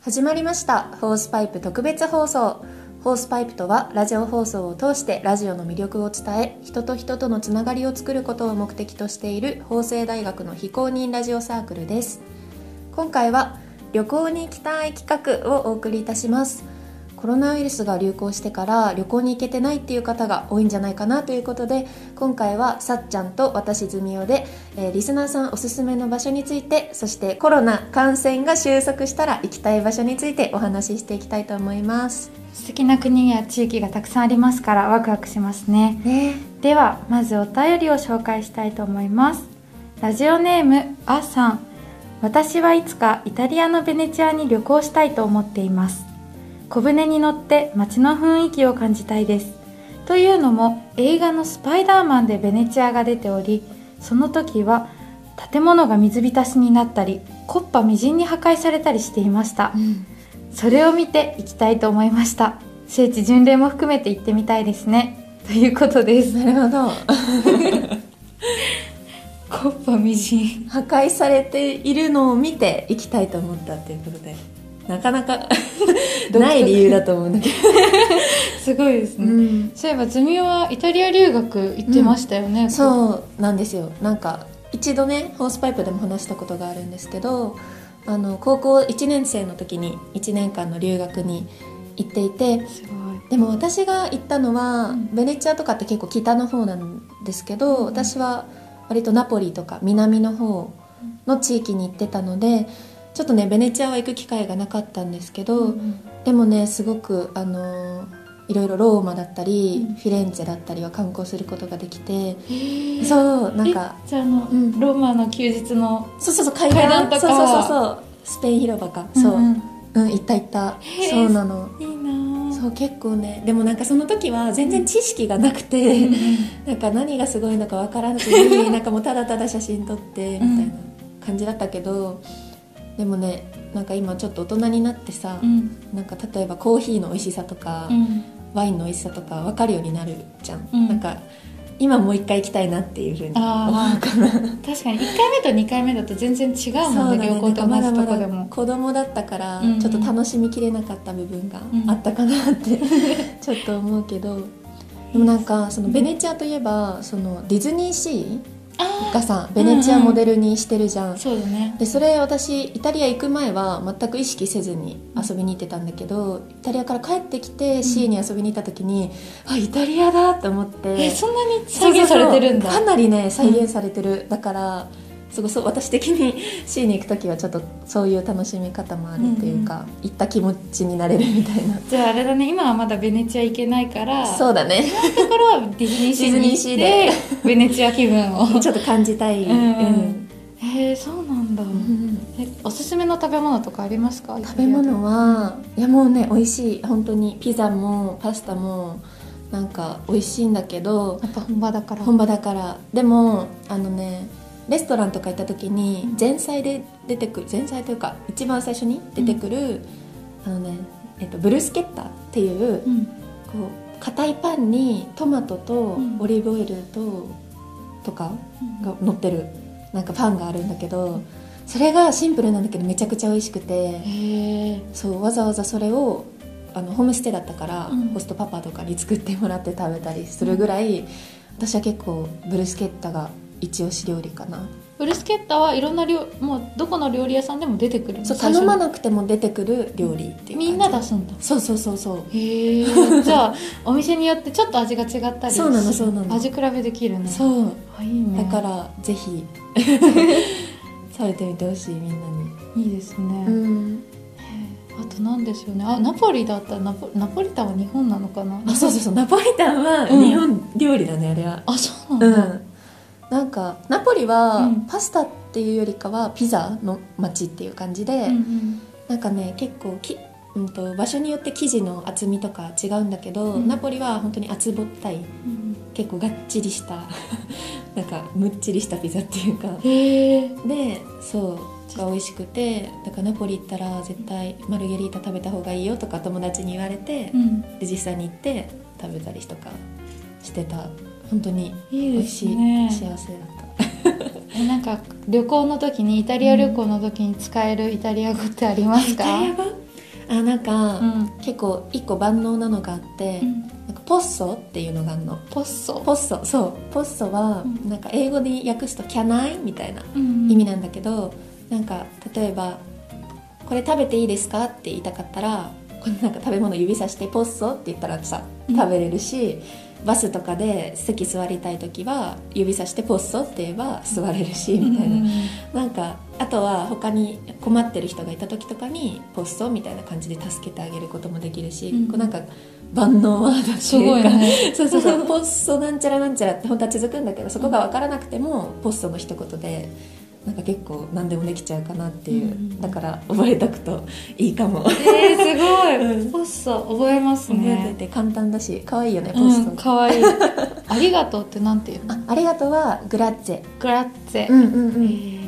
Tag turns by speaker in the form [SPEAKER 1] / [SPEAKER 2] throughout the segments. [SPEAKER 1] 始まりましたホースパイプ特別放送ホースパイプとはラジオ放送を通してラジオの魅力を伝え人と人とのつながりを作ることを目的としている法政大学の非公認ラジオサークルです今回は旅行に行きたい企画をお送りいたしますコロナウイルスが流行してから旅行に行けてないっていう方が多いんじゃないかなということで今回はさっちゃんと私ずみおで、えーリスナーさんおすすめの場所についてそしてコロナ感染が収束したら行きたい場所についてお話ししていきたいと思います。
[SPEAKER 2] 素敵な国や地域がたくさんありますからワクワクしますね
[SPEAKER 1] ね
[SPEAKER 2] ではまずお便りを紹介したいと思いますラジオネームあさん私はいつかイタリアのベネチアに旅行したいと思っています小舟に乗って街の雰囲気を感じたいですというのも映画の「スパイダーマン」でベネチアが出ておりその時は建物が水浸しになったりコッパみじんに破壊されたりしていましたそれを見て行きたいと思いました聖地巡礼も含めて行ってみたいですねということです
[SPEAKER 1] なるほど
[SPEAKER 2] コッパみじん
[SPEAKER 1] 破壊されているのを見て行きたいと思ったっていうことでなかな かない理由だと思うんだけ
[SPEAKER 2] すごいです
[SPEAKER 1] ど、
[SPEAKER 2] ね、そういえばズミオはイタリア留学行ってましたよね、う
[SPEAKER 1] そうなんですよなんか一度ねホースパイプでも話したことがあるんですけどあの高校1年生の時に1年間の留学に行っていて
[SPEAKER 2] すごい
[SPEAKER 1] でも私が行ったのは、
[SPEAKER 2] うん
[SPEAKER 1] ベネチアとかって結構北の方なんですけど、
[SPEAKER 2] うん
[SPEAKER 1] 私は割とナポリとか南の方の地域に行ってたのでちょっとねベネチアは行く機会がなかったんですけど、
[SPEAKER 2] ん
[SPEAKER 1] でもねすごくあのーいろいろローマだったり、
[SPEAKER 2] うん
[SPEAKER 1] フィレンツェだったりは観光することができて、
[SPEAKER 2] へう
[SPEAKER 1] そうなんか
[SPEAKER 2] じゃああの、
[SPEAKER 1] うん
[SPEAKER 2] ローマの休日の
[SPEAKER 1] そうそうそう階
[SPEAKER 2] 階
[SPEAKER 1] 段
[SPEAKER 2] 段とか
[SPEAKER 1] そうそうそうそうスペイン広場か、そううん
[SPEAKER 2] ん
[SPEAKER 1] 行った行った
[SPEAKER 2] へー
[SPEAKER 1] そうなの
[SPEAKER 2] いいな
[SPEAKER 1] そうう結構ねでもなんかその時は全然知識がなくて、
[SPEAKER 2] ん
[SPEAKER 1] なんか何がすごいのかわからなく てなんかもうただただ写真撮ってみたいな感じだったけど、でもねなんか今ちょっと大人になってさ、
[SPEAKER 2] うん
[SPEAKER 1] なんか例えばコーヒーの美味しさとか、
[SPEAKER 2] うん
[SPEAKER 1] ワインの美味しさとか分かるようになるじゃん、
[SPEAKER 2] うん
[SPEAKER 1] なんか今もう一回行きたいなっていうふうに思
[SPEAKER 2] あ
[SPEAKER 1] うかな
[SPEAKER 2] ー確かに1回目と2回目だと全然違うもんね旅行と同じとこでも
[SPEAKER 1] 子供だったから
[SPEAKER 2] うん
[SPEAKER 1] ちょっと楽しみきれなかった部分が
[SPEAKER 2] うん
[SPEAKER 1] あったかなって、 ちょっと思うけどでもなんかそのベネチアといえばそのディズニーシ
[SPEAKER 2] あ
[SPEAKER 1] ーがさベネチアモデルにしてるじゃん、
[SPEAKER 2] あそうだね
[SPEAKER 1] でそれ私イタリア行く前は全く意識せずに遊びに行ってたんだけどイタリアから帰ってきて C に遊びに行った時に、あイタリアだと思って
[SPEAKER 2] えそんなに再現されてるんだ
[SPEAKER 1] そうそうそうかなりね再現されてる、だからすごそう私的に C に行く時はちょっとそういう楽しみ方もあるっていうか、行った気持ちになれるみたいな、
[SPEAKER 2] じゃああれだね今はまだベネチア行けないから
[SPEAKER 1] そうだね
[SPEAKER 2] ういうところはディズニーシーに行って
[SPEAKER 1] デ
[SPEAKER 2] ベネチア気分 を
[SPEAKER 1] ちょっと感じたい、
[SPEAKER 2] うんへえそうなんだ、
[SPEAKER 1] うん
[SPEAKER 2] えおすすめの食べ物とかありますか
[SPEAKER 1] 食べ物はいやもうね美味しい本当にピザもパスタもなんか美味しいんだけど
[SPEAKER 2] やっぱ本場だから
[SPEAKER 1] 本場だからでもあのねレストランとか行った時に前菜で出てくる前菜というか一番最初に出てくる、あのね、えっと、ブルスケッタっていう
[SPEAKER 2] うん
[SPEAKER 1] こう硬いパンにトマトと
[SPEAKER 2] うん
[SPEAKER 1] オリーブオイルと、とかが乗ってるなんかパンがあるんだけどそれがシンプルなんだけどめちゃくちゃ美味しくて。
[SPEAKER 2] へえ
[SPEAKER 1] そうわざわざそれをあのホームステイだったから、
[SPEAKER 2] うん
[SPEAKER 1] ホストパパとかに作ってもらって食べたりするぐらい、私は結構ブルスケッタが一押し料理かな、
[SPEAKER 2] ブルスケッタはいろんな料もうどこの料理屋さんでも出てくるの
[SPEAKER 1] そう
[SPEAKER 2] 最
[SPEAKER 1] 頼
[SPEAKER 2] 初に
[SPEAKER 1] まなくても出てくる料理っていう感じ
[SPEAKER 2] みんな出すんだ
[SPEAKER 1] そうそうそうそう
[SPEAKER 2] へえ じゃあお店によってちょっと味が違ったり
[SPEAKER 1] そうなのそうなの
[SPEAKER 2] 味比べできるねう
[SPEAKER 1] そう
[SPEAKER 2] いい
[SPEAKER 1] だ
[SPEAKER 2] ね
[SPEAKER 1] からぜ ひ食べてみてほしいみんなに、
[SPEAKER 2] いいですね、
[SPEAKER 1] うん、
[SPEAKER 2] あとなんですよねあナポリだったらナポナポリタンは日本なのかな
[SPEAKER 1] あそうそうそうナポリタンは
[SPEAKER 2] うん
[SPEAKER 1] 日本料理だね、あれは
[SPEAKER 2] あそう
[SPEAKER 1] う
[SPEAKER 2] なんだ、
[SPEAKER 1] んなんかナポリは
[SPEAKER 2] うん
[SPEAKER 1] パスタっていうよりかはピザの街っていう感じで、
[SPEAKER 2] うんうん
[SPEAKER 1] なんかね結構き、うん、と場所によって生地の厚みとか違うんだけど、
[SPEAKER 2] うん
[SPEAKER 1] ナポリは本当に厚ぼったい
[SPEAKER 2] うん
[SPEAKER 1] 結構がっちりした なんかむっちりしたピザっていうか
[SPEAKER 2] へえ
[SPEAKER 1] でそうが美味しくてだからナポリ行ったら絶対マルゲリータ食べた方がいいよとか友達に言われて、
[SPEAKER 2] うん
[SPEAKER 1] で実際に行って食べたりとかしてた本当に
[SPEAKER 2] いい
[SPEAKER 1] 美
[SPEAKER 2] で
[SPEAKER 1] 味
[SPEAKER 2] す
[SPEAKER 1] しい、
[SPEAKER 2] ね
[SPEAKER 1] 幸せだった。
[SPEAKER 2] えなんか旅行の時にイタリア旅行の時に使えるイタリア語ってありますか、
[SPEAKER 1] イタリア語あなんか、
[SPEAKER 2] うん
[SPEAKER 1] 結構一個万能なのがあって、なんかポッソっていうのがあるの
[SPEAKER 2] ポッソ
[SPEAKER 1] ポッソそうポッソは、
[SPEAKER 2] うん
[SPEAKER 1] なんか英語で訳すと「キャナイ」みたいな
[SPEAKER 2] 意
[SPEAKER 1] 意味なんだけど、なんか例えば「これ食べていいですか?」って言いたかったらこのなんか食べ物指さして「ポッソ」って言ったらさ
[SPEAKER 2] うん
[SPEAKER 1] 食べれるし、バスとかで席座りたい時は指さして「ポッソ」って言えば座れるしみたいな、なんかあとは他に困ってる人がいた時とかに「ポッソ」みたいな感じで助けてあげることもできるし、
[SPEAKER 2] うん
[SPEAKER 1] こうなんか万能ワードって
[SPEAKER 2] す
[SPEAKER 1] いうか
[SPEAKER 2] ごいね
[SPEAKER 1] そうそうそうポッソなんちゃらなんちゃらって本当は続くんだけどそこが分からなくてもポッソの一言でなんか結構何でもできちゃうかなっていう、
[SPEAKER 2] うんうん
[SPEAKER 1] だから覚えとくといいかも、
[SPEAKER 2] えー、すご
[SPEAKER 1] う
[SPEAKER 2] い
[SPEAKER 1] ん
[SPEAKER 2] ポッソ覚えます
[SPEAKER 1] 覚えて
[SPEAKER 2] ね
[SPEAKER 1] て簡単だし可愛いよねポ
[SPEAKER 2] う
[SPEAKER 1] ッソ、
[SPEAKER 2] んかわいい ありがとうってなんて言うの
[SPEAKER 1] あありがとうはグラッチェ
[SPEAKER 2] グラッツェ、
[SPEAKER 1] んうんう
[SPEAKER 2] えー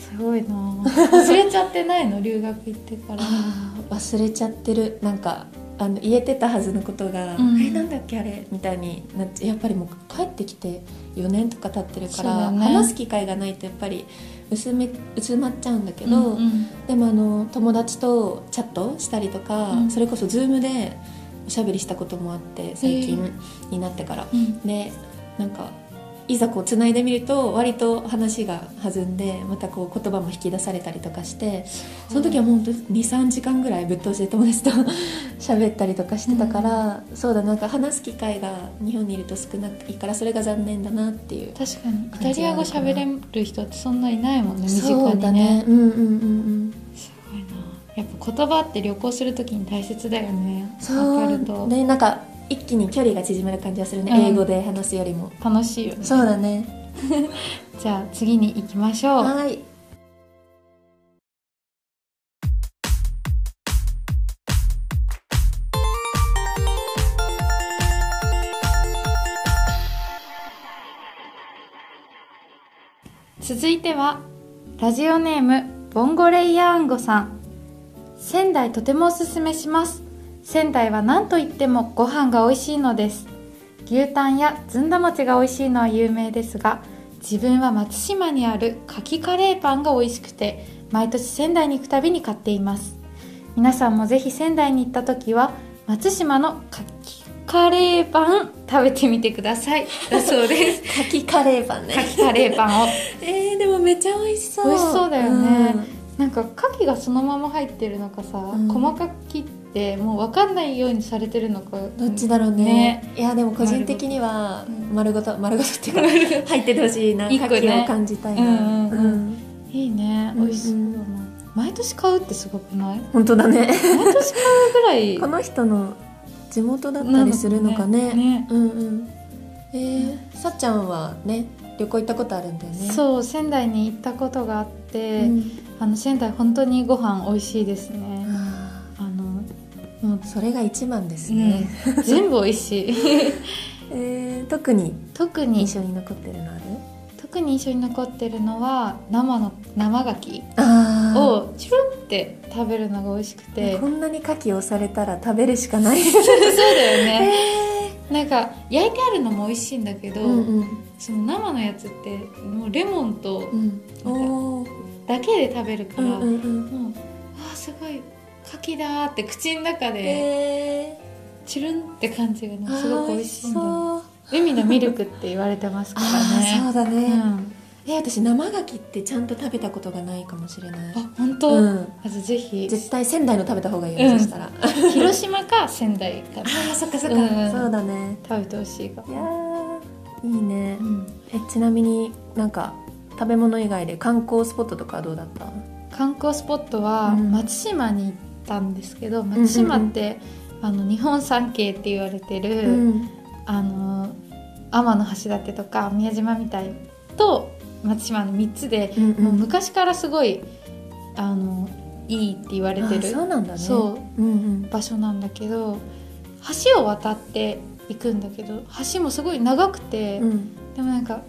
[SPEAKER 2] すごいな忘れちゃってないの留学行ってから
[SPEAKER 1] あー忘れちゃってるなんかあの言えてたはずのことが「
[SPEAKER 2] うん
[SPEAKER 1] えなんだっけあれ」みたいになっちゃやっぱりもう帰ってきて4年とか経ってるか
[SPEAKER 2] そう
[SPEAKER 1] ら、
[SPEAKER 2] だね
[SPEAKER 1] 話す機会がないとやっぱり薄め薄まっちゃうんだけど、
[SPEAKER 2] うんうん
[SPEAKER 1] でもあの友達とチャットしたりとか、
[SPEAKER 2] うん
[SPEAKER 1] それこそ Zoom でおしゃべりしたこともあって最近になってから、
[SPEAKER 2] うん
[SPEAKER 1] でなんかいざこうつないでみると割と話が弾んでまたこう言葉も引き出されたりとかしてその時はもう23時間ぐらいぶっ通しで友達と 喋ったりとかしてたから、そうだなんか話す機会が日本にいると少ないからそれが残念だなっていう
[SPEAKER 2] 確かにイタリア語喋れる人ってそんないないもんね身近にね
[SPEAKER 1] そうだねうんうんうんうん
[SPEAKER 2] すごいなやっぱ言葉って旅行するときに大切だよね
[SPEAKER 1] そう
[SPEAKER 2] わかると
[SPEAKER 1] ねなんか一気に距離が縮まる感じがするね、
[SPEAKER 2] うん
[SPEAKER 1] 英語で話すよりも
[SPEAKER 2] 楽しいよね
[SPEAKER 1] そうだね
[SPEAKER 2] じゃあ次に行きましょう
[SPEAKER 1] はい
[SPEAKER 2] 続いてはラジオネームボンゴレイヤーンゴさん仙台とてもおすすめします仙台は何といってもご飯が美味しいのです牛タンやずんだ餅が美味しいのは有名ですが自分は松島にあるかきカレーパンが美味しくて毎年仙台に行くたびに買っています皆さんもぜひ仙台に行った時は松島のかきカレーパン食べてみてくださいだそうです
[SPEAKER 1] カキカレーパン
[SPEAKER 2] かきカレーパンを
[SPEAKER 1] えー、でもめっちゃ美味しそう
[SPEAKER 2] 美味しそうだよねなんか牡蠣がそのまま入ってるのかさ、
[SPEAKER 1] ん
[SPEAKER 2] 細かく切ってもう分かんないようにされてるのか
[SPEAKER 1] うんどっちだろうね
[SPEAKER 2] ね
[SPEAKER 1] いやでも個人的には丸ごと丸ごとっていう
[SPEAKER 2] 丸
[SPEAKER 1] か入っててほしいな
[SPEAKER 2] 一個ね
[SPEAKER 1] カキを感じたいな、
[SPEAKER 2] うんうんうん
[SPEAKER 1] ん
[SPEAKER 2] いいね
[SPEAKER 1] うん
[SPEAKER 2] 美味しそうだな、毎年買うってすごくない
[SPEAKER 1] 本当だね
[SPEAKER 2] 毎年買うぐらい
[SPEAKER 1] こ
[SPEAKER 2] な
[SPEAKER 1] の人の地元だっ
[SPEAKER 2] の
[SPEAKER 1] たりするのかね
[SPEAKER 2] ね
[SPEAKER 1] うんうんえー、さっちゃんはね旅行行ったことあるんだよねう、
[SPEAKER 2] そう仙台に行ったことがあって、
[SPEAKER 1] ん
[SPEAKER 2] あの仙台本当にご飯美味しいですね、
[SPEAKER 1] あー
[SPEAKER 2] あのもう
[SPEAKER 1] それが一番です
[SPEAKER 2] ね
[SPEAKER 1] ね、
[SPEAKER 2] 全部美味しい
[SPEAKER 1] えー特に
[SPEAKER 2] 特に
[SPEAKER 1] 印象に残ってるのある
[SPEAKER 2] 特に印象に残ってるのは生の生牡蠣
[SPEAKER 1] あー
[SPEAKER 2] をチュルンって食べるのが美味しくて
[SPEAKER 1] こんなに牡蠣をされたら食べるしかない
[SPEAKER 2] そうだよね、 なんか焼いてあるのも美味しいんだけど、
[SPEAKER 1] うん
[SPEAKER 2] その生のやつってもうレモンと
[SPEAKER 1] うんおー
[SPEAKER 2] だけで食べるか
[SPEAKER 1] う
[SPEAKER 2] ら、
[SPEAKER 1] んうんうん
[SPEAKER 2] もうあーすごい牡蠣だーって口の中で
[SPEAKER 1] え
[SPEAKER 2] チュルンって感じがね
[SPEAKER 1] ー
[SPEAKER 2] すごく美味しいんだ
[SPEAKER 1] あ
[SPEAKER 2] よ
[SPEAKER 1] ー美味しそう
[SPEAKER 2] 海のミルクって言われてますから
[SPEAKER 1] あーそ
[SPEAKER 2] ね
[SPEAKER 1] うだね、
[SPEAKER 2] うん、
[SPEAKER 1] え私生牡蠣ってちゃんと食べたことがないかもしれない
[SPEAKER 2] あ本当、
[SPEAKER 1] うん
[SPEAKER 2] あとぜひ
[SPEAKER 1] 絶対仙台の食べた方がいいよ、
[SPEAKER 2] うん
[SPEAKER 1] そしたら あ
[SPEAKER 2] 広島か仙台か
[SPEAKER 1] ーそっかそっか、
[SPEAKER 2] うん
[SPEAKER 1] そうだね
[SPEAKER 2] 食べてほしいが
[SPEAKER 1] いやーいいね
[SPEAKER 2] うん
[SPEAKER 1] えちなみになんか食べ物以外で観光スポットとかはどうだった
[SPEAKER 2] 観光スポットは
[SPEAKER 1] うん
[SPEAKER 2] 松島に行ったんですけど、
[SPEAKER 1] うん
[SPEAKER 2] 松島って、あの日本三景って言われてる、
[SPEAKER 1] うん
[SPEAKER 2] あの天橋立とか宮島みたいと松島の3つで、
[SPEAKER 1] うん
[SPEAKER 2] もう昔からすごいあのいいって言われて
[SPEAKER 1] あ
[SPEAKER 2] る
[SPEAKER 1] そうなんだね、
[SPEAKER 2] そう
[SPEAKER 1] うん
[SPEAKER 2] 場所なんだけど橋を渡って行くんだけど橋もすごい長くて、
[SPEAKER 1] うん、うん
[SPEAKER 2] でもなんか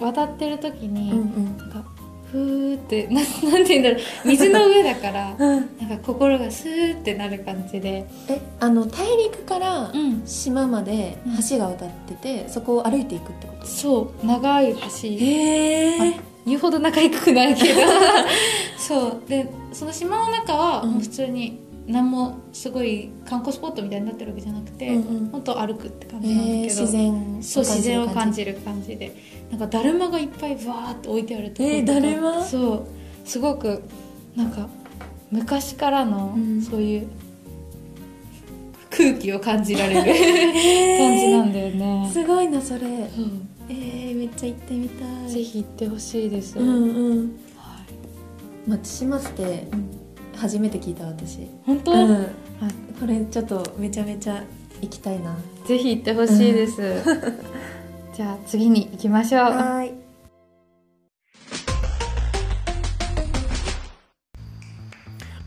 [SPEAKER 2] 渡ってる時に、
[SPEAKER 1] うん
[SPEAKER 2] なんかふーって ななんて言うんだろう水の上だから。
[SPEAKER 1] うん、
[SPEAKER 2] なんか心がスーってなる感じで、
[SPEAKER 1] えあの大陸から
[SPEAKER 2] ん、
[SPEAKER 1] 島まで
[SPEAKER 2] うん
[SPEAKER 1] 橋が渡ってて、そこを歩いていくってこと
[SPEAKER 2] そう長い橋
[SPEAKER 1] へえ
[SPEAKER 2] 言 うほど仲良くないけどそうでその島の中はもう普通に
[SPEAKER 3] 何もすごい観光スポットみたいになってるわけじゃなくて、
[SPEAKER 1] うんうん
[SPEAKER 3] 本当歩くって感
[SPEAKER 1] え
[SPEAKER 3] じなんだけど、
[SPEAKER 1] ー自然
[SPEAKER 3] そう自然を感
[SPEAKER 1] る
[SPEAKER 3] じる感じでなんかだるまがいっぱいぶわーって置いてあるところ
[SPEAKER 1] えー
[SPEAKER 3] とか
[SPEAKER 1] だるま
[SPEAKER 3] そうすごくなんか昔からの
[SPEAKER 1] うん
[SPEAKER 3] そういう空気を感じられる感じなんだよね、
[SPEAKER 1] すごいなそれ
[SPEAKER 3] そう
[SPEAKER 1] えー、めっちゃ行ってみたい
[SPEAKER 3] ぜひ行ってほしいです、
[SPEAKER 1] うんうん
[SPEAKER 3] は
[SPEAKER 1] 松島って
[SPEAKER 3] いうん
[SPEAKER 1] 初めて聞いた私
[SPEAKER 3] 本当、
[SPEAKER 1] うん、あこれちょっとめちゃめちゃ行きたいな
[SPEAKER 2] ぜひ行ってほしいです、じゃあ次に行きましょう
[SPEAKER 1] い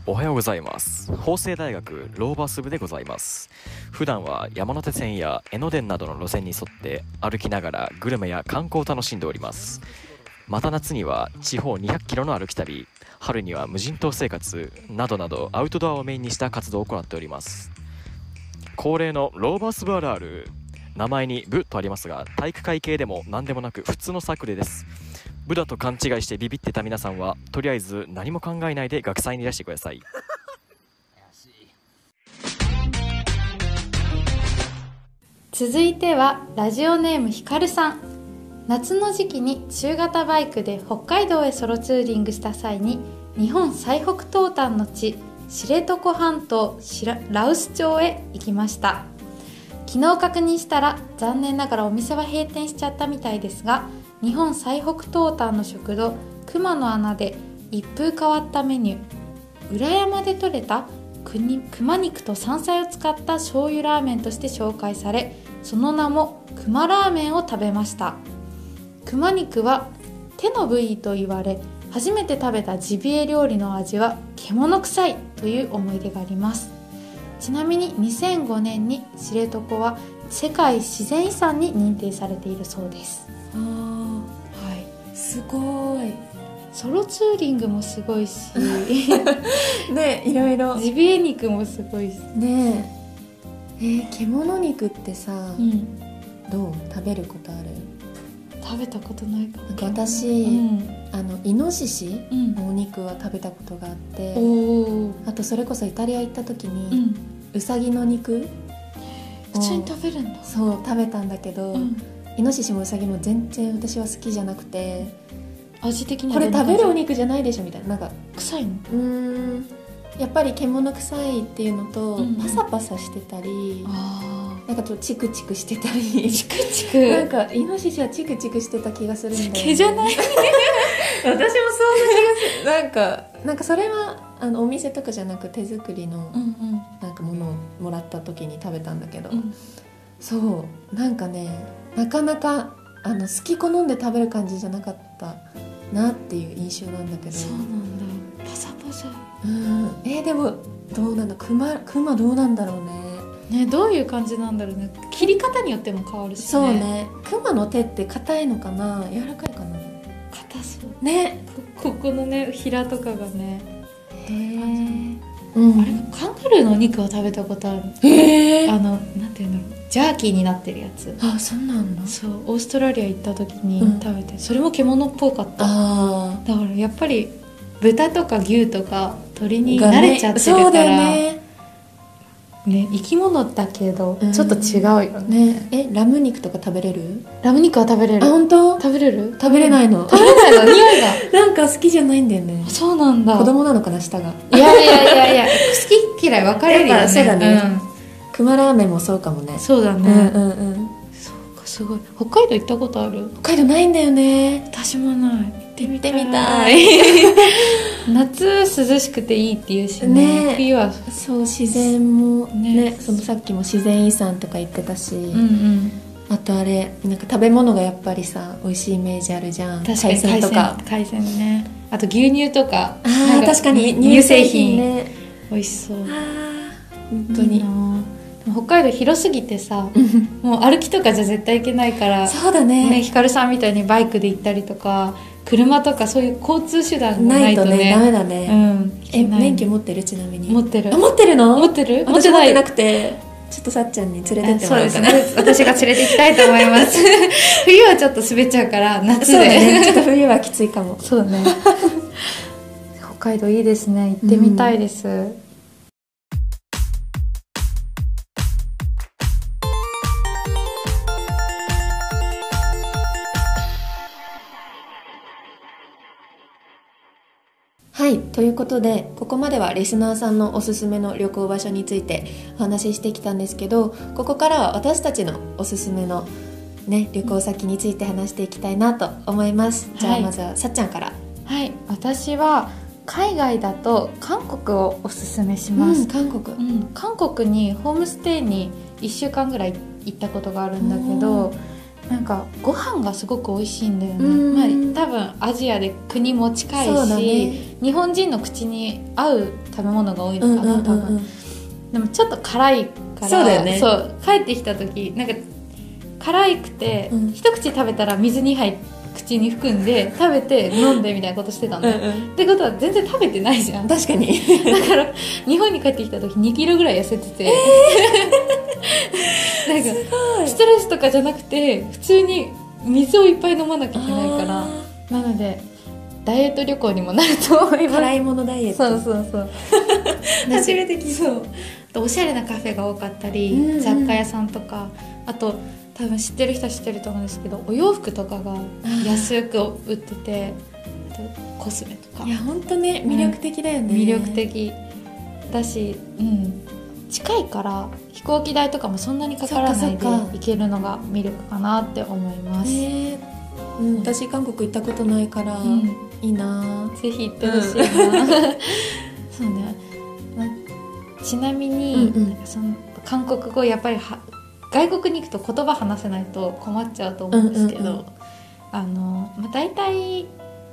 [SPEAKER 4] おはようございます法政大学ローバス部でございます普段は山手線や江ノ電などの路線に沿って歩きながらグルメや観光を楽しんでおりますまた夏には地方200キロの歩き旅春には無人島生活などなどアウトドアをメインにした活動を行っております恒例のローバス部あるある名前に部とありますが体育会系でも何でもなく普通のサークルです部だと勘違いしてビビってた皆さんはとりあえず何も考えないで学祭にいらしてください
[SPEAKER 2] 続いてはラジオネームひかるさん夏の時期に中型バイクで北海道へソロツーリングした際に日本最北東端の地知床半島白羅臼町へ行きました昨日確認したら残念ながらお店は閉店しちゃったみたいですが日本最北東端の食堂熊の穴で一風変わったメニュー裏山で採れたくに熊肉と山菜を使った醤油ラーメンとして紹介されその名も熊ラーメンを食べました熊肉は手の部位と言われ初めて食べたジビエ料理の味は獣臭いという思い出がありますちなみに2005年に知床は世界自然遺産に認定されているそうです、
[SPEAKER 1] あ
[SPEAKER 2] はい、
[SPEAKER 1] ーすごい
[SPEAKER 2] ソロツーリングもすごいし
[SPEAKER 1] ねいろいろ
[SPEAKER 2] ジビエ肉もすごいし、
[SPEAKER 1] ねええー獣肉ってさ、
[SPEAKER 2] うん、
[SPEAKER 1] どう食べることある
[SPEAKER 2] 食べたことないかも
[SPEAKER 1] なんか私、
[SPEAKER 2] うん
[SPEAKER 1] あのイノシシ
[SPEAKER 2] うん
[SPEAKER 1] のお肉は食べたことがあって
[SPEAKER 2] おお、
[SPEAKER 1] あとそれこそイタリア行った時
[SPEAKER 2] う
[SPEAKER 1] に、
[SPEAKER 2] ん、
[SPEAKER 1] うさぎの肉
[SPEAKER 2] 普通に食べるんだ。
[SPEAKER 1] そう食べたんだけど、
[SPEAKER 2] うん、
[SPEAKER 1] イノシシもウサギも全然私は好きじゃなくて
[SPEAKER 2] 味的
[SPEAKER 1] こ
[SPEAKER 2] には
[SPEAKER 1] れ
[SPEAKER 2] どん
[SPEAKER 1] 食
[SPEAKER 2] な感
[SPEAKER 1] べ
[SPEAKER 2] じ
[SPEAKER 1] るお肉じゃないでしょみたいななんか
[SPEAKER 2] 臭いの。
[SPEAKER 1] うーんやっぱり獣臭いっていうのと、
[SPEAKER 2] うん
[SPEAKER 1] パサパサしてたり
[SPEAKER 2] あ
[SPEAKER 1] なんかちょっとチクチクしてた
[SPEAKER 2] あ、
[SPEAKER 1] り
[SPEAKER 2] チクチ
[SPEAKER 1] なん
[SPEAKER 2] ク。
[SPEAKER 1] かイノシシはチクチクしてた気がするんだよ、ね、
[SPEAKER 2] 毛じゃない。
[SPEAKER 1] 私もそんな気がする なんかなんかそれはあのお店とかじゃなく手作りの
[SPEAKER 2] んうん
[SPEAKER 1] なんかものをもらった時に食べたんだけど、
[SPEAKER 2] うん
[SPEAKER 1] そうなんかねなかなかあの好き好んで食べる感じじゃなかったなっていう印象なんだけど
[SPEAKER 2] そうなんだ。パサパサ。
[SPEAKER 1] うんえーでもどうなんだクマクマどうなんだろうね
[SPEAKER 2] ね、どういう感じなんだろうね。切り方によっても変わるし、ね。
[SPEAKER 1] そう。ねクマの手って硬いのかな柔らかいかな
[SPEAKER 2] 硬そう。
[SPEAKER 1] ね
[SPEAKER 2] こここのね、平とかがね。
[SPEAKER 1] へー
[SPEAKER 2] あれ、カンガルーのお肉を食べたことある。
[SPEAKER 1] うんへえ
[SPEAKER 2] あの、なんていうんだろう。ジャーキーになってるやつ。
[SPEAKER 1] あそうなんだ
[SPEAKER 2] そう、オーストラリア行った時に
[SPEAKER 1] うん
[SPEAKER 2] 食べて、それも獣っぽかった。
[SPEAKER 1] あ
[SPEAKER 2] だからやっぱり豚とか牛とか鳥
[SPEAKER 1] ー
[SPEAKER 2] に
[SPEAKER 1] がね
[SPEAKER 2] 慣れちゃってる
[SPEAKER 1] そう
[SPEAKER 2] か
[SPEAKER 1] だよ
[SPEAKER 2] ら、ね
[SPEAKER 1] ね
[SPEAKER 2] 生き物だけど
[SPEAKER 1] うん
[SPEAKER 2] ちょっと違うよね、
[SPEAKER 1] ねえラム肉とか食べれる
[SPEAKER 2] ラム肉は食べれ
[SPEAKER 1] あ
[SPEAKER 2] る
[SPEAKER 1] 本当
[SPEAKER 2] 食べれる
[SPEAKER 1] 食べれないの
[SPEAKER 2] 食べれないの匂い が
[SPEAKER 1] なんか好きじゃないんだよね
[SPEAKER 2] あそうなんだ
[SPEAKER 1] 子供なのかな舌が
[SPEAKER 2] いやいやいやいや好き嫌い分かれるよ
[SPEAKER 1] やっ
[SPEAKER 2] ね
[SPEAKER 1] ぱそうだね熊ラーメンもそうかもね
[SPEAKER 2] うん、そうだ
[SPEAKER 1] う
[SPEAKER 2] ね、
[SPEAKER 1] んうんうん
[SPEAKER 2] そうかすごい北海道行ったことある
[SPEAKER 1] 北海道ないんだよね
[SPEAKER 2] 私もない行ってみ
[SPEAKER 1] たい
[SPEAKER 2] 夏涼しくていいっていうしね
[SPEAKER 1] ね
[SPEAKER 2] 冬は
[SPEAKER 1] そう自然もね
[SPEAKER 2] ね
[SPEAKER 1] そのさっきも自然遺産とか言ってたし、
[SPEAKER 2] うんうん
[SPEAKER 1] あとあれなんか食べ物がやっぱりさ美味しいイメージあるじゃん
[SPEAKER 2] 確かに
[SPEAKER 1] 海鮮とか
[SPEAKER 2] 海鮮ねあと牛乳とか
[SPEAKER 1] あ
[SPEAKER 2] なん
[SPEAKER 1] あ確かに
[SPEAKER 2] 乳製品
[SPEAKER 1] ね
[SPEAKER 2] 美味しそう
[SPEAKER 1] あ
[SPEAKER 2] 本
[SPEAKER 1] ー本当に
[SPEAKER 2] 北海道広すぎてさもう歩きとかじゃ絶対行けないから
[SPEAKER 1] そうだね
[SPEAKER 2] ねひかるさんみたいにバイクで行ったりとか車とかそういう交通手段が
[SPEAKER 1] な
[SPEAKER 2] ない
[SPEAKER 1] いと
[SPEAKER 2] と
[SPEAKER 1] ね
[SPEAKER 2] ね
[SPEAKER 1] ダメだ
[SPEAKER 2] う
[SPEAKER 1] ね、
[SPEAKER 2] ん行け
[SPEAKER 1] え
[SPEAKER 2] ない
[SPEAKER 1] 免許持ってるちなみに
[SPEAKER 2] 持ってる
[SPEAKER 1] あ持ってるの
[SPEAKER 2] 持ってる持っ
[SPEAKER 1] 私
[SPEAKER 2] て
[SPEAKER 1] 持っ
[SPEAKER 2] な
[SPEAKER 1] て
[SPEAKER 2] い
[SPEAKER 1] なくてちょっとさっちゃんに連れて
[SPEAKER 2] あ
[SPEAKER 1] っても
[SPEAKER 2] そ
[SPEAKER 1] ら
[SPEAKER 2] う
[SPEAKER 1] お
[SPEAKER 2] で
[SPEAKER 1] う
[SPEAKER 2] す
[SPEAKER 1] かな
[SPEAKER 2] ね私が連れて行きたいと思います 冬はちょっと滑っちゃうから夏
[SPEAKER 1] そうだね
[SPEAKER 2] で
[SPEAKER 1] ちょっと冬はきついかも
[SPEAKER 2] そうね北海道いいですね行ってみたいです、
[SPEAKER 1] はいということでここまではリスナーさんのおすすめの旅行場所についてお話ししてきたんですけどここからは私たちのおすすめの、ね、旅行先について話していきたいなと思います、じゃあ
[SPEAKER 2] はい
[SPEAKER 1] まずはさっちゃんから、
[SPEAKER 5] はい、私は海外だと韓国をおすすめし
[SPEAKER 1] う
[SPEAKER 5] ます
[SPEAKER 1] ん、。韓国
[SPEAKER 5] うん、韓国にホームステイに1週間ぐらい行ったことがあるんだけどなんかご飯がすごく美味しいんだよ
[SPEAKER 1] うん
[SPEAKER 5] ね、まあ、多分アジアで国も近い
[SPEAKER 1] そうだ
[SPEAKER 5] し、
[SPEAKER 1] ね
[SPEAKER 5] 日本人の口に合う食べ物が多いの
[SPEAKER 1] うん
[SPEAKER 5] か
[SPEAKER 1] う
[SPEAKER 5] な、
[SPEAKER 1] ん
[SPEAKER 5] 多
[SPEAKER 1] うんうん
[SPEAKER 5] 分でもちょっと辛いから
[SPEAKER 1] そうだよね
[SPEAKER 5] そう帰ってきた時なんか辛くて、
[SPEAKER 1] うん
[SPEAKER 5] 一口食べたら水2杯口に含ん で食べて飲んでみたいなことしてたんだよ、ってことは全然食べてないじゃん
[SPEAKER 1] 確かに
[SPEAKER 5] だから日本に帰ってきた時2キロぐらい痩せてて、 なんかストレスとかじゃなくて普通に水をいっぱい飲まなきゃいけないから
[SPEAKER 1] あ
[SPEAKER 5] なのでダイエット旅行にもなると思い
[SPEAKER 1] ー
[SPEAKER 5] ます
[SPEAKER 1] 辛いものダイエット
[SPEAKER 5] そうそうそう
[SPEAKER 2] 初
[SPEAKER 5] めて聞いそう
[SPEAKER 2] あとおしゃれなカフェが多かったり、
[SPEAKER 1] うんうん
[SPEAKER 2] 雑貨屋さんとかあと多分知ってる人は知ってると思うんですけどお洋服とかが安く売っててあとコスメとか
[SPEAKER 1] いや本当ね魅力的だよね、
[SPEAKER 2] 魅力的だし、うん、近いから飛行機代とかもそんなにかからないで
[SPEAKER 1] そっかそっか
[SPEAKER 2] 行けるのが魅力かなって思います、
[SPEAKER 1] ねうん、私韓国行ったことないから、
[SPEAKER 2] うん、
[SPEAKER 1] いいな
[SPEAKER 2] ぜひ行ってほしいな、そうね、ま、ちなみに、
[SPEAKER 1] うんうん
[SPEAKER 2] なんかその韓国語やっぱりは外国に行くと言葉話せないと困っちゃうと思うんですけど、
[SPEAKER 1] うんうんうん
[SPEAKER 2] あの、まあ、大体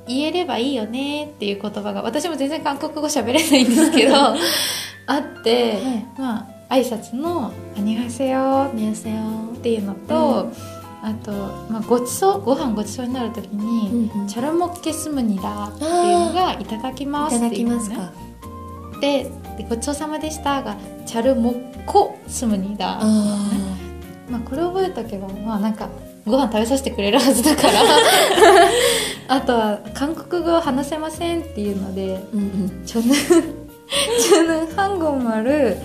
[SPEAKER 2] 言えればいいよねっていう言葉が私も全然韓国語喋れないんですけどあって、まあ挨拶の「あにがせよ」
[SPEAKER 1] ねせよ
[SPEAKER 2] っていうのと、あと、まあ、ごちそうご飯ごちそうになるときに「チャルモッケスムニラっていうのがいただきま
[SPEAKER 1] い
[SPEAKER 2] す
[SPEAKER 1] ただ
[SPEAKER 2] ってい
[SPEAKER 1] き
[SPEAKER 2] うの
[SPEAKER 1] ま
[SPEAKER 2] ね
[SPEAKER 1] すか
[SPEAKER 2] ででごちそうさまでしたがチャルモッコスムニラ
[SPEAKER 1] あ
[SPEAKER 2] まあこれ覚えとけばまあなんかご飯食べさせてくれるはずだ からあとは韓国語を話せませんっていうので
[SPEAKER 1] ーうんうん
[SPEAKER 2] チョヌンチョヌンハンゴンマル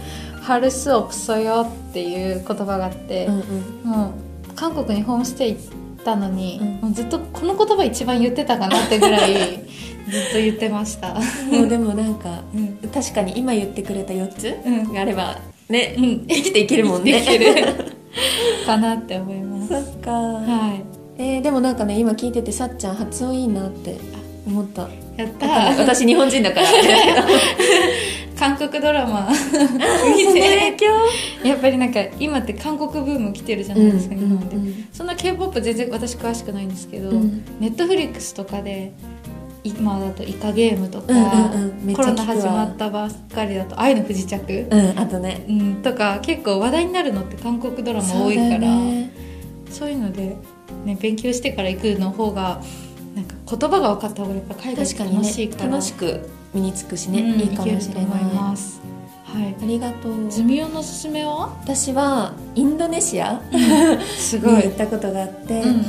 [SPEAKER 2] ハルスオプソヨっていう言葉があって、
[SPEAKER 1] うんうん
[SPEAKER 2] もう韓国にホームステイ行ったのに、
[SPEAKER 1] うん
[SPEAKER 2] もうずっとこの言葉一番言ってたかなってぐら いずっと言ってました。
[SPEAKER 1] もうでもなんか
[SPEAKER 2] うん、
[SPEAKER 1] 確かに今言ってくれた4つ
[SPEAKER 2] うん、
[SPEAKER 1] があればね
[SPEAKER 2] うん、
[SPEAKER 1] 生きていけるもんね
[SPEAKER 2] 生きていけるかなって思いま す。
[SPEAKER 1] そ
[SPEAKER 2] は
[SPEAKER 1] っか、
[SPEAKER 2] い、
[SPEAKER 1] えーでもなんかね今聞いててさっちゃん発音いいなって思った
[SPEAKER 2] やったー。
[SPEAKER 1] 私日本人だ から
[SPEAKER 2] 韓国ドラマ 見て、やっぱりなんか今って韓国ブーム来てるじゃないですか、日本で。そんな K-POP 全然私詳しくないんですけど、
[SPEAKER 1] うん
[SPEAKER 2] ネットフリックスとかで今だと「イカゲーム」とか、
[SPEAKER 1] うんうんうんめっちゃ聞くわ
[SPEAKER 2] コロナ始まったばっかりだと「愛の不時着
[SPEAKER 1] う」ん、あとね
[SPEAKER 2] うん、とか結構話題になるのって韓国ドラマ多いからそう,、いうので、ね、勉強してから行くの方がなんか言葉が分かった方がやっぱ海外
[SPEAKER 1] 確か
[SPEAKER 2] 楽し
[SPEAKER 1] に
[SPEAKER 2] い
[SPEAKER 1] ね
[SPEAKER 2] から
[SPEAKER 1] 楽しく身につくし
[SPEAKER 2] う
[SPEAKER 1] ね、
[SPEAKER 2] ん
[SPEAKER 1] いいかもしれ
[SPEAKER 2] 行けると
[SPEAKER 1] ない
[SPEAKER 2] 思います。はい
[SPEAKER 1] ありがとう
[SPEAKER 2] ズミオのおすすめは
[SPEAKER 1] 私はインドネシア
[SPEAKER 2] す
[SPEAKER 1] に行ったことがあって、
[SPEAKER 2] うんうん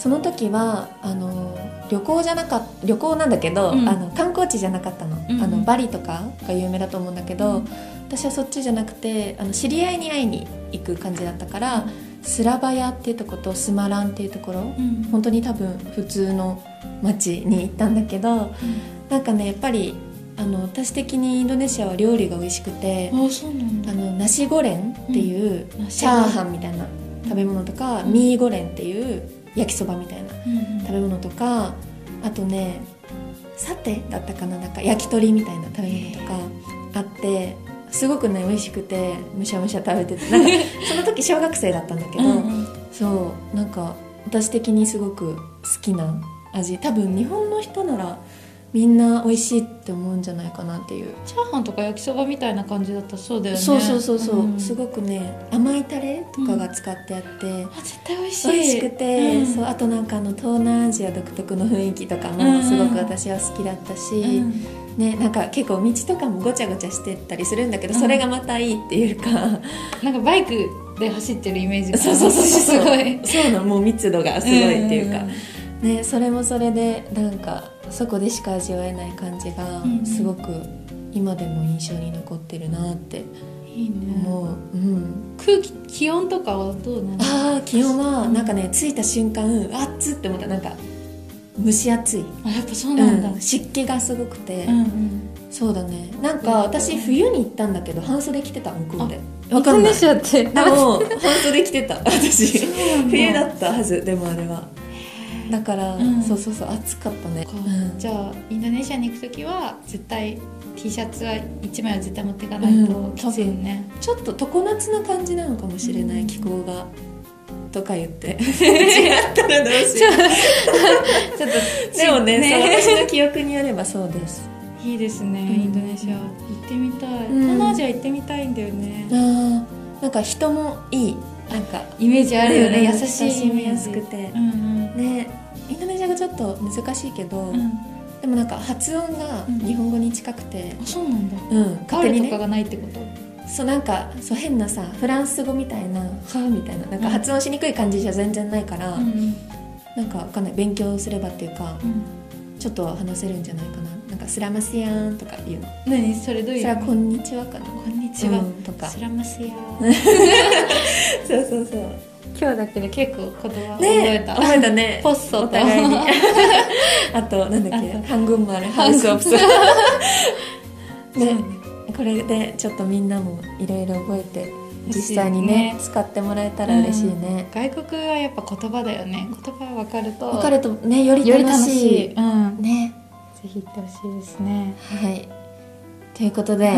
[SPEAKER 1] その時はあの旅行じゃなかっ旅行なんだけど、
[SPEAKER 2] うん
[SPEAKER 1] あの観光地じゃなかったの,、
[SPEAKER 2] うんうん
[SPEAKER 1] あのバリとかが有名だと思うんだけど、
[SPEAKER 2] うん
[SPEAKER 1] 私はそっちじゃなくてあの知り合いに会いに行く感じだったからスラバヤっていうとことスマランっていうところ
[SPEAKER 2] うん
[SPEAKER 1] 本当に多分普通の町に行ったんだけど、なんかねやっぱりあの私的にインドネシアは料理が美味しくて、
[SPEAKER 2] あそうなんだ
[SPEAKER 1] あのナシゴレンっていう、
[SPEAKER 2] うんナシ
[SPEAKER 1] チ
[SPEAKER 2] ゴレ
[SPEAKER 1] ャ
[SPEAKER 2] ン
[SPEAKER 1] ーハンみたいな食べ物とか、
[SPEAKER 2] うん
[SPEAKER 1] ミーゴレンっていう焼きそばみたいな
[SPEAKER 2] うんうん
[SPEAKER 1] 食べ物とかあとねサテだったかななんか焼き鳥みたいな食べ物とかあってすごくね美味しくてむしゃむしゃ食べててなん かその時小学生だったんだけど、
[SPEAKER 2] うんうん
[SPEAKER 1] そうなんか私的にすごく好きな味多分日本の人ならみんな美味しいって思うんじゃないかなっていう、
[SPEAKER 2] チャーハンとか焼きそばみたいな感じだったらそうだよね
[SPEAKER 1] そうそうそうそう、
[SPEAKER 2] ん
[SPEAKER 1] すごくね甘いタレとかが使ってあって、
[SPEAKER 2] あ絶対美味しい
[SPEAKER 1] 美味しくて、
[SPEAKER 2] うん
[SPEAKER 1] そうあとなんかあの東南アジア独特の雰囲気とかもすごく私は好きだったし、
[SPEAKER 2] うん
[SPEAKER 1] ね、なんか結構道とかもごちゃごちゃしてたりするんだけど、
[SPEAKER 2] うん
[SPEAKER 1] それがまたいいっていう か、
[SPEAKER 2] なんかバイクで走ってるイメージが
[SPEAKER 1] そうそうそうそう
[SPEAKER 2] すごい
[SPEAKER 1] そうなのもう密度がすごいっていうか、
[SPEAKER 2] んん
[SPEAKER 1] ね、それもそれでなんかそこでしか味わえない感じが
[SPEAKER 2] うんうん
[SPEAKER 1] すごく今でも印象に残ってるなって
[SPEAKER 2] うんいいね
[SPEAKER 1] 思う、うん
[SPEAKER 2] 空気気温とかはどうなの
[SPEAKER 1] ああ気温はなんかね着いた瞬間あっつって思ったなんか蒸し暑い、
[SPEAKER 2] あやっぱそう
[SPEAKER 1] う
[SPEAKER 2] なんだ、うん
[SPEAKER 1] ん、湿気がすごくて、
[SPEAKER 2] うん、
[SPEAKER 1] そうだねなんか私冬に行ったんだけど半袖着てた向こうでわ
[SPEAKER 2] わ
[SPEAKER 1] か
[SPEAKER 2] か
[SPEAKER 1] ん
[SPEAKER 2] ん
[SPEAKER 1] な
[SPEAKER 2] ないい。アって
[SPEAKER 1] でも半袖着て た私冬だ
[SPEAKER 2] っ
[SPEAKER 1] ったはずでもあれはだから、
[SPEAKER 2] うん
[SPEAKER 1] そうそうそう暑かったね、うん
[SPEAKER 2] じゃあインドネシアに行く時は絶対 T シャツは1枚は絶対持っていかない
[SPEAKER 1] うん
[SPEAKER 2] ときついよね、
[SPEAKER 1] ちょっと常夏な感じなのかもしれない、
[SPEAKER 2] うん
[SPEAKER 1] 気候がとか言って 違ったらどうしよ
[SPEAKER 2] ちょっ
[SPEAKER 1] う
[SPEAKER 2] と
[SPEAKER 1] でもね
[SPEAKER 2] ね
[SPEAKER 1] そう私の記憶によればそうです
[SPEAKER 2] いいですね、
[SPEAKER 1] うん
[SPEAKER 2] インドネシア行ってみたい、
[SPEAKER 1] うん
[SPEAKER 2] 東南アジア行ってみたいんだよね、
[SPEAKER 1] あーなんか人もいいなんか
[SPEAKER 2] イメージあるよね、
[SPEAKER 1] うん
[SPEAKER 2] 優しい
[SPEAKER 1] 親
[SPEAKER 2] イ
[SPEAKER 1] しみ
[SPEAKER 2] メ
[SPEAKER 1] や
[SPEAKER 2] ー
[SPEAKER 1] す
[SPEAKER 2] ジ
[SPEAKER 1] くて
[SPEAKER 2] うんうん
[SPEAKER 1] ねインドネシアがちょっと難しいけど、
[SPEAKER 2] うん
[SPEAKER 1] でもなんか発音が
[SPEAKER 2] うん
[SPEAKER 1] 日本語に近くて、
[SPEAKER 2] あそうなんだ
[SPEAKER 1] うん
[SPEAKER 2] ガ
[SPEAKER 1] 勝手
[SPEAKER 2] ール
[SPEAKER 1] に
[SPEAKER 2] とか
[SPEAKER 1] ね
[SPEAKER 2] がないってこと、
[SPEAKER 1] そうなんかそう変なさフランス語みたいな「は」みたいななんか発音しにくい感じじゃ全然ないから、
[SPEAKER 2] うんうん
[SPEAKER 1] なんかわかんない勉強すればっていうか
[SPEAKER 2] うん、
[SPEAKER 1] ちょっとは話せるんじゃないかななんか「スラマスヤーン」とか言うの
[SPEAKER 2] 何それどういう
[SPEAKER 1] それは「こんにちは」かな
[SPEAKER 2] こんにちは、
[SPEAKER 1] うんとか
[SPEAKER 2] スラマスヤ
[SPEAKER 1] そうそうそう
[SPEAKER 2] 今日だけで結構言葉覚
[SPEAKER 1] ね
[SPEAKER 2] えた、
[SPEAKER 1] 覚えたね
[SPEAKER 2] ポッソ
[SPEAKER 1] お
[SPEAKER 2] と
[SPEAKER 1] 互いにあとなんだっけ
[SPEAKER 2] あと
[SPEAKER 1] ハングンマルハウスオブス
[SPEAKER 2] ね
[SPEAKER 1] ねこれでちょっとみんなもいろいろ覚えて
[SPEAKER 2] 欲しい
[SPEAKER 1] 実際にね
[SPEAKER 2] ね
[SPEAKER 1] 使ってもらえたら嬉しいね、
[SPEAKER 2] 外国はやっぱ言葉だよね言葉分かると
[SPEAKER 1] わかるとねより
[SPEAKER 6] より
[SPEAKER 1] 楽
[SPEAKER 6] 楽
[SPEAKER 1] しい
[SPEAKER 6] しい、うん、
[SPEAKER 1] ね
[SPEAKER 6] ぜひ行ってほしいですね
[SPEAKER 1] はいということで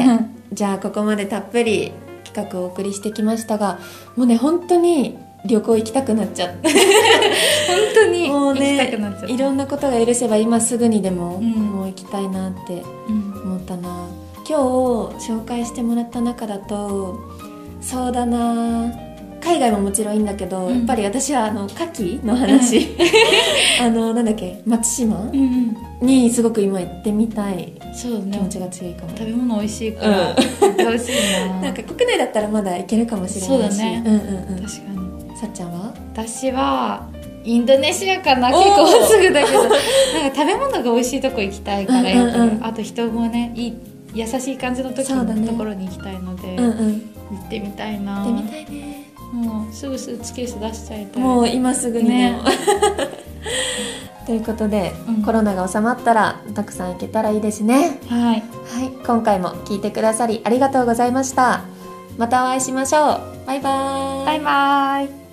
[SPEAKER 1] じゃあここまでたっぷり企画をお送りしてきましたがもうね本当に旅行行きたくなっちゃって
[SPEAKER 2] 本当に
[SPEAKER 1] もう
[SPEAKER 2] 行
[SPEAKER 1] ね
[SPEAKER 2] きたくなっちゃった
[SPEAKER 1] いろんなことが許せば今すぐにでも、
[SPEAKER 2] ん
[SPEAKER 1] もう行きたいなって
[SPEAKER 2] うん
[SPEAKER 1] 思ったな今日紹介してもらった中だとそうだな海外ももちろんいいんだけど、
[SPEAKER 2] うん
[SPEAKER 1] やっぱり私はあの牡蠣の話、 あのなんだっけ松島
[SPEAKER 2] うん
[SPEAKER 1] にすごく今行ってみたい
[SPEAKER 2] うんそう
[SPEAKER 1] 気
[SPEAKER 2] ね
[SPEAKER 1] 持ちが強いかも、
[SPEAKER 2] 食べ物美味しいから、行ってほしいな
[SPEAKER 1] なんか国内だったらまだ行けるかもしれないし
[SPEAKER 2] そうだね
[SPEAKER 1] んうんうん
[SPEAKER 2] 確かに
[SPEAKER 1] さっちゃんは
[SPEAKER 2] 私はインドネシアかな
[SPEAKER 1] おー
[SPEAKER 2] 結構すぐだけどなんか食べ物が美味しいとこ行きたいからやっぱり、
[SPEAKER 1] うんうんうん
[SPEAKER 2] あと人もねいい優しい感じの時
[SPEAKER 1] そうだね
[SPEAKER 2] のところに行きたいので、
[SPEAKER 1] うんうん
[SPEAKER 2] 行ってみたいな
[SPEAKER 1] 行ってみたいね
[SPEAKER 2] もうすぐスーツケース出しちゃいたい
[SPEAKER 1] もう今すぐにでも、
[SPEAKER 2] ね
[SPEAKER 1] ということで、
[SPEAKER 2] うん
[SPEAKER 1] コロナが収まったらたくさん行けたらいいですね
[SPEAKER 2] はい
[SPEAKER 1] はい、今回も聞いてくださりありがとうございました。またお会いしましょう。バイバーイ。
[SPEAKER 2] バイバイ